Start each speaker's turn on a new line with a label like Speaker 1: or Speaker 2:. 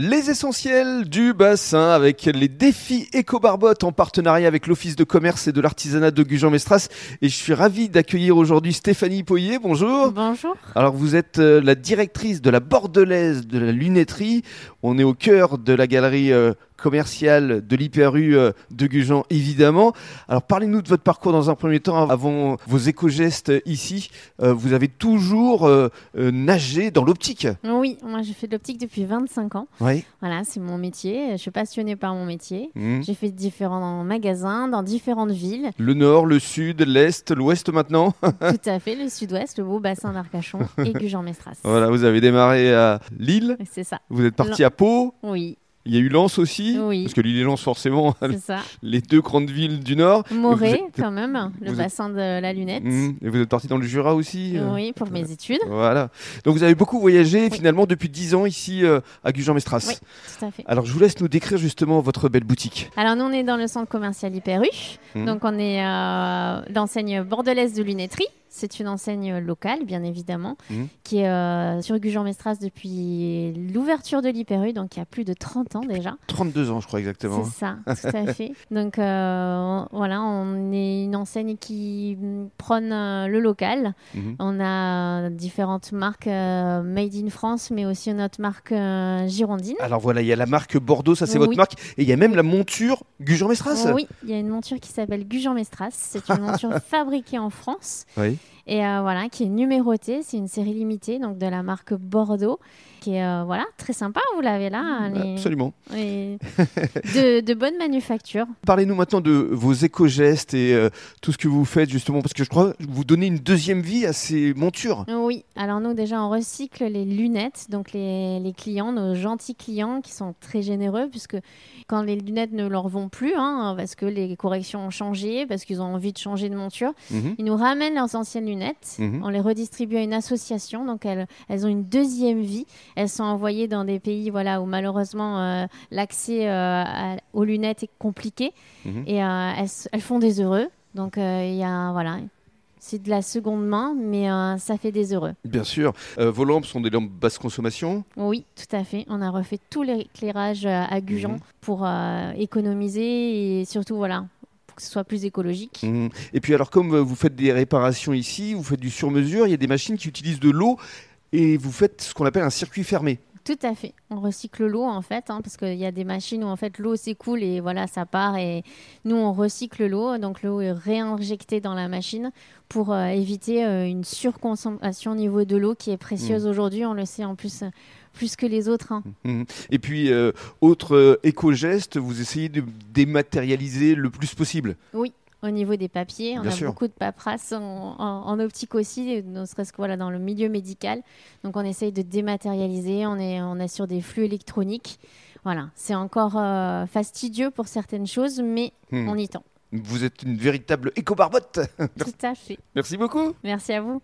Speaker 1: Les essentiels du bassin avec les défis éco-barbotte en partenariat avec l'Office de commerce et de l'artisanat de Gujan-Mestras. Et je suis ravi d'accueillir aujourd'hui Stéphanie Poyer. Bonjour.
Speaker 2: Bonjour.
Speaker 1: Alors, vous êtes euh, la directrice de la Bordelaise de la lunetterie. On est au cœur de la galerie euh, commerciale de l'hyper-U euh, de Gujan, évidemment. Alors, parlez-nous de votre parcours dans un premier temps avant vos éco-gestes ici. Euh, vous avez toujours euh, euh, nagé dans l'optique.
Speaker 2: Oui, moi j'ai fait de l'optique depuis 25 ans.
Speaker 1: Oui.
Speaker 2: Voilà, c'est mon métier. Je suis passionnée par mon métier.
Speaker 1: Mmh.
Speaker 2: J'ai fait différents magasins dans différentes villes.
Speaker 1: Le nord, le sud, l'est, l'ouest maintenant.
Speaker 2: Tout à fait, le sud-ouest, le beau bassin d'Arcachon et Gujan-Mestras.
Speaker 1: Voilà, vous avez démarré à Lille,
Speaker 2: C'est ça.
Speaker 1: vous êtes parti à Pau,
Speaker 2: Oui,
Speaker 1: il y a eu Lens aussi,
Speaker 2: Oui.
Speaker 1: parce que Lille et Lens forcément,
Speaker 2: c'est ça.
Speaker 1: les deux grandes villes du nord.
Speaker 2: Morée,
Speaker 1: vous êtes-
Speaker 2: quand même, le
Speaker 1: vous êtes-
Speaker 2: bassin de la lunette.
Speaker 1: Mhm. Et vous êtes parti dans le Jura aussi. euh,
Speaker 2: Oui, pour mes études.
Speaker 1: Voilà. Donc vous avez beaucoup voyagé
Speaker 2: Oui.
Speaker 1: finalement depuis 10 ans ici euh, à Gujan-Mestras.
Speaker 2: Oui. Tout à fait.
Speaker 1: Alors je vous laisse nous décrire justement votre belle boutique.
Speaker 2: Alors nous on est dans le centre commercial Hyper U,
Speaker 1: Mhm.
Speaker 2: donc on est euh, l'enseigne bordelaise de lunetterie. C'est une enseigne locale, bien évidemment,
Speaker 1: Mhm.
Speaker 2: qui est euh, sur Gujan-Mestras depuis l'ouverture de l'Hyper U, donc il y a plus de 30 ans déjà.
Speaker 1: 32 ans je crois exactement.
Speaker 2: C'est ça, tout à fait. Donc euh, voilà, on est une enseigne qui mm, prône euh, le local.
Speaker 1: Mhm.
Speaker 2: On a euh, différentes marques euh, Made in France, mais aussi notre marque euh, Girondine.
Speaker 1: Alors voilà, il y a la marque Bordeaux, ça c'est
Speaker 2: Oui.
Speaker 1: votre marque, et il y a même la monture Gujan-Mestras.
Speaker 2: Oui, il y a une monture qui s'appelle Gujan-Mestras. C'est une monture fabriquée en France
Speaker 1: Oui.
Speaker 2: et euh, voilà, qui est numérotée. C'est une série limitée donc de la marque Bordeaux, qui est euh, voilà très sympa. Vous l'avez là. elle est-
Speaker 1: Mmh, Absolument.
Speaker 2: et de, de bonne manufacture.
Speaker 1: Parlez-nous maintenant de vos éco-gestes et euh, tout ce que vous faites justement, parce que je crois que vous donnez une deuxième vie à ces montures.
Speaker 2: Oui, alors nous déjà on recycle les lunettes, donc les, les clients, nos gentils clients qui sont très généreux puisque quand les lunettes ne leur vont plus, hein, parce que les corrections ont changé, parce qu'ils ont envie de changer de monture,
Speaker 1: Mhm.
Speaker 2: ils nous ramènent leurs anciennes lunettes,
Speaker 1: Mhm.
Speaker 2: on les redistribue à une association, donc elles, elles ont une deuxième vie, elles sont envoyées dans des pays voilà, où malheureusement euh, l'accès euh, à- aux lunettes est compliqué
Speaker 1: Mhm.
Speaker 2: et euh, elles, s- elles font des heureux, donc euh, il y a voilà. C'est de la seconde main, mais euh, ça fait des heureux.
Speaker 1: Bien sûr. Euh, vos lampes sont des lampes basse consommation.
Speaker 2: Oui, tout à fait. On a refait tout l'éclairage euh, à Gujan
Speaker 1: Mhm.
Speaker 2: pour euh, économiser et surtout, voilà, pour que ce soit plus écologique.
Speaker 1: Mhm. Et puis alors comme euh, vous faites des réparations ici, vous faites du sur-mesure, il y a des machines qui utilisent de l'eau et vous faites ce qu'on appelle un circuit fermé.
Speaker 2: Tout à fait. On recycle l'eau, en fait, hein, parce qu'il y a des machines où, en fait, l'eau s'écoule et voilà, ça part. Et nous, on recycle l'eau. Donc, l'eau est réinjectée dans la machine pour euh, éviter euh, une surconsommation au niveau de l'eau qui est précieuse
Speaker 1: Mm.
Speaker 2: aujourd'hui. On le sait en plus, euh, plus que les autres. hein.
Speaker 1: Mhm. Et puis euh, autre euh, éco-geste, vous essayez de dématérialiser le plus possible.
Speaker 2: au niveau des papiers. On
Speaker 1: Bien
Speaker 2: a
Speaker 1: sûr.
Speaker 2: beaucoup de paperasse en, en- en optique aussi, et ne serait-ce que voilà, dans le milieu médical. Donc on essaye de dématérialiser, on est, on est sur des flux électroniques. Voilà, c'est encore euh, fastidieux pour certaines choses, mais
Speaker 1: Mhm.
Speaker 2: on y tend.
Speaker 1: Vous êtes une véritable éco-barbotte.
Speaker 2: Tout à fait.
Speaker 1: Merci beaucoup.
Speaker 2: Merci à vous.